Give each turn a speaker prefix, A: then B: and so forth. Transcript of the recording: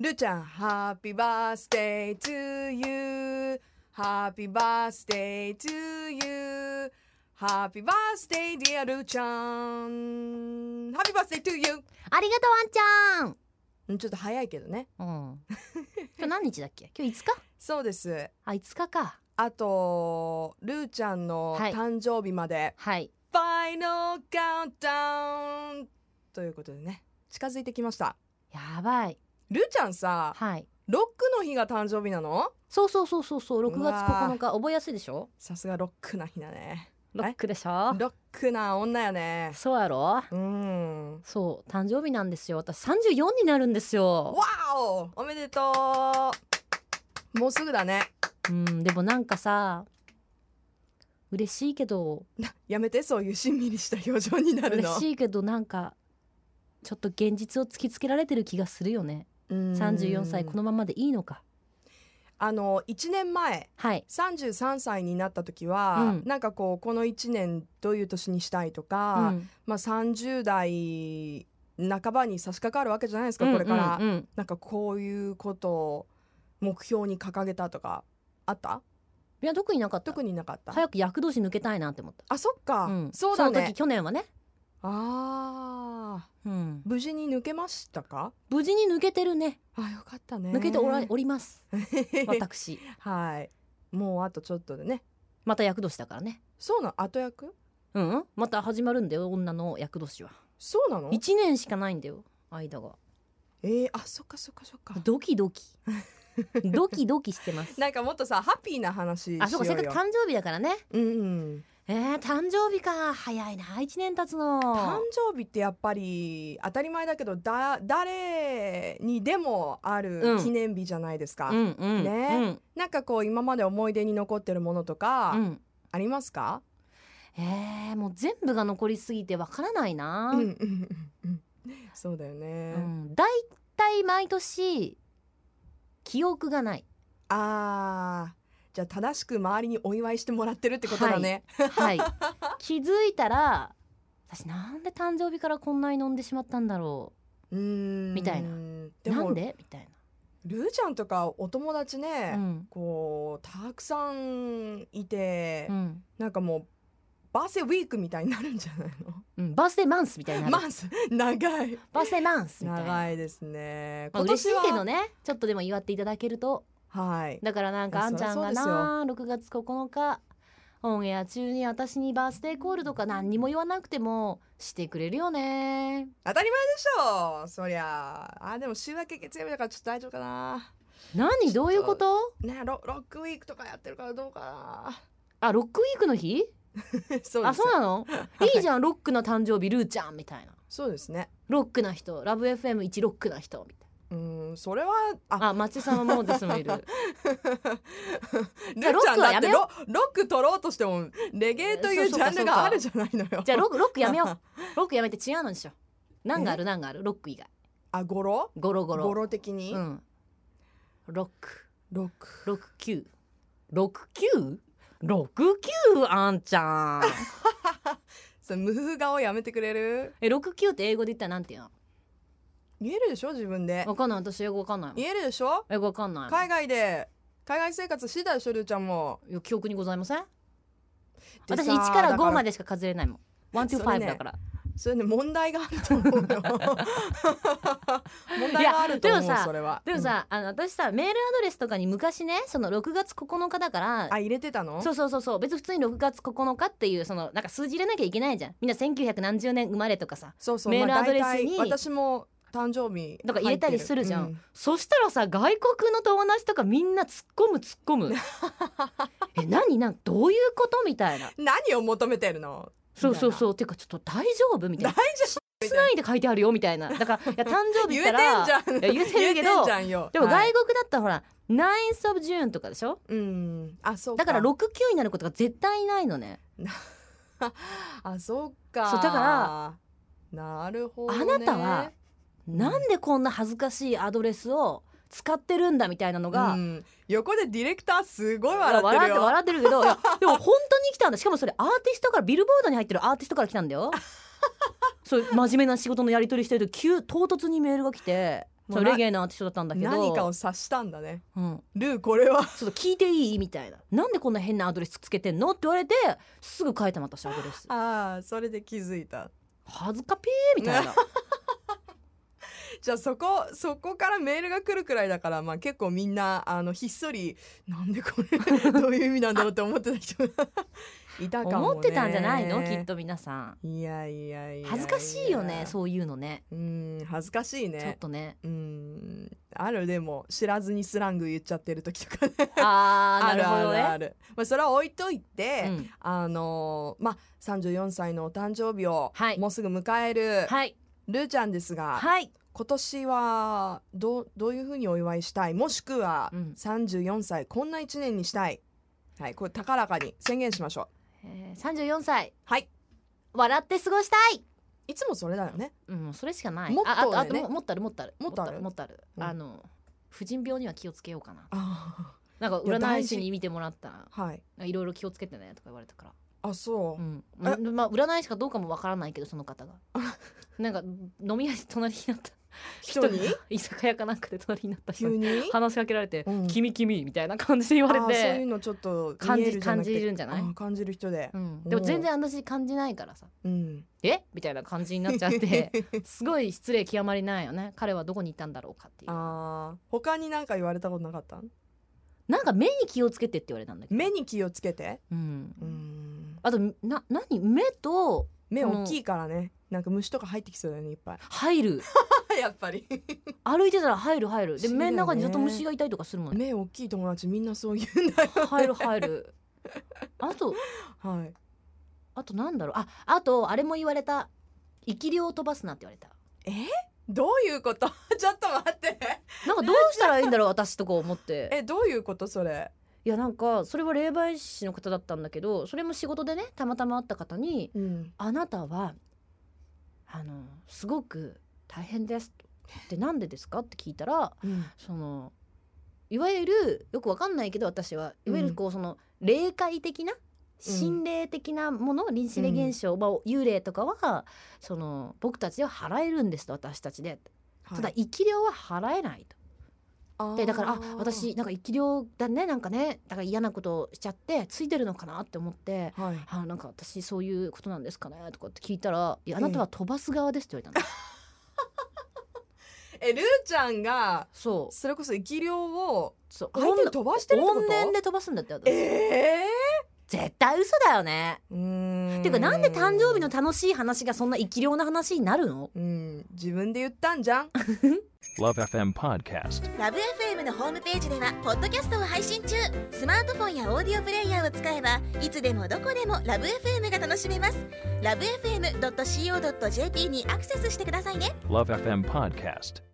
A: るちゃん、Happy birthday to you.Happy birthday to you.Happy birthday dear るちゃん。Happy birthday to you.
B: ありがとう、ワンち
A: んちょっと早いけどね。
B: ゃん。うん。今日何日だっけ今日5日
A: そうです。
B: あ、5日か。
A: あと、るーちゃんの
B: はい
A: 誕生日まで、
B: はい。
A: ファイナルカウントダウンということでね、近づいてきました。
B: やばい。
A: るーちゃんさ、
B: はい。
A: ロックの日が誕生日なの
B: そうそうそうそうそう、6
A: う
B: 月
A: わー
B: 9日、覚えやすいでしょ
A: さすがロックな日だね。
B: ロックでしょ
A: ロックな女やね。
B: そうやろ
A: うん。
B: そう、誕生日なんですよ。私34になるんですよ。
A: わおおめでとうもうすぐだね。
B: うん、でもなんかさ、嬉しいけど、
A: やめて、そういうしんみりした表情になるの。
B: 嬉しいけどなんか、ちょっと現実を突きつけられてる気がするよね。34歳、こ
A: の。
B: のままでいいのか。
A: あの、1年前、
B: はい。
A: 33歳になった時は、
B: うん
A: なんかこうこの1年どういう年にしたいとか、
B: うん
A: まあ、30代半ばに差し掛かるわけじゃないですかこれから、
B: うんうんうん
A: なんかこういうことを目標に掲げたとかあった
B: いや特になかった
A: 特になかった
B: 早く厄年抜けたいなって思った、
A: あそっか、
B: うん
A: そうだ
B: その時
A: ね
B: 去年はね、
A: あー
B: うん、
A: 無事に抜けましたか
B: 無事に抜けてるね
A: あよかったね
B: 抜けてお ら、おります私
A: はいもうあとちょっとでね
B: また厄年だからね
A: そうなの後役
B: うんまた始まるんだよ女の厄年は
A: そうなの
B: 1年しかないんだよ間が
A: えー、あそっかそっかそっか
B: ドキド キドキドキしてます
A: なんかもっとさハッピーな話しようよ
B: あそうかせっかく誕生日だからね
A: うんうん、
B: えー、誕生日か早いな1年経つ
A: 誕
B: の
A: 生日ってやっぱり当たり前だけどだ誰にでもあ
B: う
A: る
B: ん
A: 記念日じゃないですか、
B: うんうん
A: ねなんかこう今まで思い出に残ってるものとか
B: うん、うん
A: ありますか、
B: えー、もう全部が残りすぎてわからないな、
A: うんうんうんうんそうだよね、
B: うん、大体毎年記憶がない、
A: あーじゃあ正しく周りにお祝いしてもらってるってことだね、
B: はい、気づいたら私なんで誕生日からこんなに飲んでしまったんだろ
A: うーん
B: みたいなう
A: で
B: な
A: も
B: んでみたい
A: ルーちゃんとかお友達ね、
B: な、うん
A: こうたくさんいて、
B: うん
A: なんかもうバースデーウィークみたいになるんじゃない
B: うん、バースデーマンスみたい な
A: のマンス長い
B: バースデーマンスみたいな、
A: 長いですね
B: まあ、嬉しいけど
A: ね
B: ねちょっとでも祝っていただけると
A: はい
B: だからなん
A: い
B: か
A: や
B: あんちゃんが
A: そりゃそう
B: な6月9日オンエア中に私にバースデーコールとか何にも言わなくてもしてくれるよね
A: 当たり前でしょうそりゃあでも週明け月曜日だからちょっと大丈夫かな
B: 何どういうこと
A: ねロロックウィークとかやってるからどうか
B: あロックウィークの日
A: な そう
B: あ
A: です
B: そうな のいいじゃんロックな誕生日ルーちゃんみたいな
A: そうですね
B: ロックな人ラブ f m 一ロックな人みたいう
A: ーんそれはあ
B: なあ松井さんはモーデスもい る
A: ルーちゃん
B: じゃあロックは
A: だ
B: や
A: っ
B: め
A: て
B: よ
A: ロロック取ろうとしてもレゲエという
B: そ
A: ジ
B: うそう
A: ャ
B: か
A: ンルがあるじゃないのよ
B: じゃあロ
A: ッ
B: ックロックやめよう ロックやめて違うのにしよう何がある何があるロック以外
A: あゴロ
B: ゴロゴロ
A: ゴロ的に、
B: うんロック
A: ロック
B: 六九六九六九あんち ゃん
A: それ無風顔やめてくれる
B: え六九って英語で言ったらなんて言う
A: 言えるでしょ自分で
B: のわかんない私英語わかんないもん
A: 言えるでしょ
B: 英語わかんないもん
A: 海外で海外生活してたでしょルーちゃんも
B: いや記憶にございません
A: で
B: 私
A: さ
B: 1から
A: だ
B: 5までしか数えれないもん1 2 5
A: それね
B: だから
A: それね問題があると思 うよ問題があると
B: いや
A: 思う
B: でもさ
A: それは
B: でもさ、あの私さメールアドレスとかに昔ねその6月9日だか
A: う
B: ら
A: んあ入れてたの
B: そうそうそうそう別に普通に6月9日っていうそのなんか数字入れなきゃいけないじゃんみんな1900何十年生まれとかさ
A: そうそう
B: メール
A: まあ
B: アドレスに
A: 大体私も誕生日
B: とか入れたりするじゃん
A: 入って
B: そしたらさ外国の友達とかみんな突っ込む突っ 込むえ何なんどういうことみたいな
A: るうん何を求めてるの
B: そうそうそうていうかちょっと大丈夫みた
A: 大
B: いな
A: 丈夫
B: つないで書いてあるよみたいなだからいや誕生日
A: 言
B: っ
A: え
B: た
A: てんじ
B: ら
A: ゃん
B: いや言えてるけど
A: じゃんよ
B: でも
A: は
B: 外
A: い
B: 国だったらほら「9th of June」とかでしょ
A: うんあそう
B: だから69になることが絶対ないのね
A: あそうか
B: そうだから
A: なるほど、ね、
B: あなたはなんでこんな恥ずかしいアドレスを使ってるんだみたいなのが、
A: うん横でディレクターすごい笑
B: 笑
A: って
B: っ
A: る
B: て
A: よ
B: 笑ってるけど いやでも本当に来たんだしかもそれアーティストからビルボードに入ってるアーティスト から来たんだよそう真面目な仕事のやり取りしてると急唐突にメールが来て
A: も
B: そうう
A: な
B: レゲエのアーティストだったんだけど
A: 何かを察したんだね
B: うん、
A: ルーこれは
B: ちょっと聞いていいみたいななんでこんな変なアドレスつけてんのって言われてすぐ書いたの私アドレス
A: ああそれで気づいた
B: 恥ずかぴーみた いな
A: じゃあそこそこからメールが来るくらいだから、まあ、結構みんなあのひっそりなんでこれどういう意味なんだろうって思ってた人がいたかも、ね、
B: 思ってたんじゃないのきっと皆さん
A: いやいやいや
B: 恥ずかしいよね
A: う
B: そういうのね
A: うん恥ずかしい
B: ちょっ
A: ね
B: とね
A: うんあるでも知らずにスラング言っちゃってる時とかね
B: あ ーなる
A: る
B: ほ
A: あ
B: ど
A: るあ
B: ね
A: る、まあ、それは置いといて、
B: うん
A: あのーまあ34歳のお誕生日を
B: はい
A: もうすぐ迎える、
B: はい
A: ルーちゃんですが、
B: はい
A: 今年はどうどういうふうにお祝いしたいもしくは
B: うん
A: 34歳こんな1年にしたい、はい、これ高らかに宣言しましょう
B: えー34歳
A: はい
B: 笑って過ごしたい
A: いつもそれだよね
B: うんそれしかない
A: もっと
B: ああとあ
A: だよね
B: とももっとあるもっとある
A: もっとある
B: もっとある
A: うん
B: あの婦人病には気をつけようかな
A: あ
B: なんか
A: いや
B: 占
A: 大
B: い
A: 事
B: 師に見てもらった
A: ーはい
B: いろいろ気をつけてねとか言われたから
A: あそうう、
B: ん、
A: え
B: まあ占い師かどうかもわからないけどそ の方がなんか飲み屋で隣になった
A: 人に
B: が居酒屋かなんかで隣になった人
A: 急
B: に
A: に
B: 話しかけられて
A: うん
B: 「君君」みたいな感じで言わ
A: あー
B: れ
A: そういう
B: て、
A: のちょっと
B: 感じ
A: 見えゃなくて
B: 感じるんじゃない
A: あー感じる人で、
B: うん、でも全然私感じないからさ
A: うん、
B: 「えみたいな感じになっちゃって すごい失礼極まりないよね彼はどこに行ったんだろうかっていう
A: あー他に何か言われたことなかった
B: なんか目に気をつけてって言われたんだけど
A: 目、に気をつけて
B: うん
A: う、ん
B: あとな何目と
A: 目
B: この
A: 大きいからねなんか虫とか入ってきそうだよねいっぱい
B: 入る
A: やっぱり
B: 歩いてたら入る入るで
A: 不思議だ
B: 目
A: よね
B: の中にずっと虫がいたりとかする もんね
A: 目大きい友達みんなそう言うんだよ、
B: 入る入るあと
A: はい、
B: あとなんだろうああとあれも言われた生き量を飛ばすなって言われた
A: どういうこと ちょっと待って
B: なんかどうしたらいい んだろう私とか思って
A: えどういうことそれ
B: いやなんかそれは霊媒師の方だったんだけどそれも仕事でねたまたま会った方に
A: うん
B: 「あなたはあのすごく大変です」って「なんでですか?」って聞いたら
A: うん
B: そのいわゆるよくわかんないけど私はいわゆるこうその霊界的な心霊的なもの臨死霊現象、まあ、幽霊とかはその僕たちは払えるんですと私たちで
A: はい
B: ただ生き量は払えないと。
A: あー
B: でだからあ私なんか生き量だねなんかねだから嫌なことをしちゃってついてるのかなって思って。
A: はい
B: あなんか私そういうことなんですかねとかって聞いたら「いやあなたは飛ばす側です」って言われ たの、
A: えルーちゃんが
B: そう
A: それこそ生き量を
B: そう
A: 相手に飛ばしてるってこ
B: 怨念
A: と
B: で飛ばすんだって私
A: え
B: 絶対嘘だよね
A: えー、うーん
B: ていうかなんで誕生日の楽しい話がそんな生き量な話になるの
A: うん自分で言ったんじゃん
C: Love FM Podcast.
D: ラブ f m のホームページではポッドキャストを配信中スマートフォンやオーディオプレイヤーを使えばいつでもどこでもラブ f m が楽しめますラブ FM.co.jp にアクセスしてくださいね
C: Love FM Podcast.